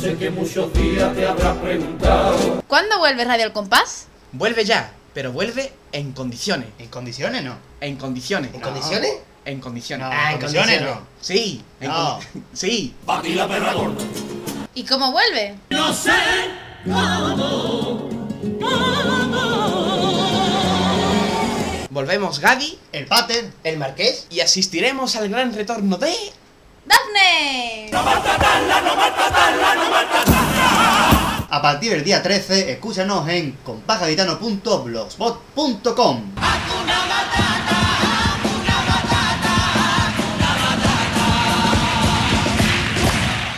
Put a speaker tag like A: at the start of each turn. A: sé que muchos días te habrás preguntado.
B: ¿Cuándo vuelve Radio El Compás?
C: Vuelve ya, pero vuelve en condiciones.
D: ¿En condiciones no?
C: En condiciones.
D: ¿En
C: No.
D: condiciones?
C: En condiciones.
D: No,
C: Ah,
D: en condiciones no.
C: Sí. en
D: No.
C: condi- sí.
A: Pa' ti la perra gorda.
B: ¿Y cómo vuelve?
A: No sé
C: Volvemos Gadi
D: ¿El pater? ¿El marqués?
C: y asistiremos al gran retorno de...
B: ¡Dafne!
D: A partir del día 13, escúchanos en compagavitano.blogspot.com.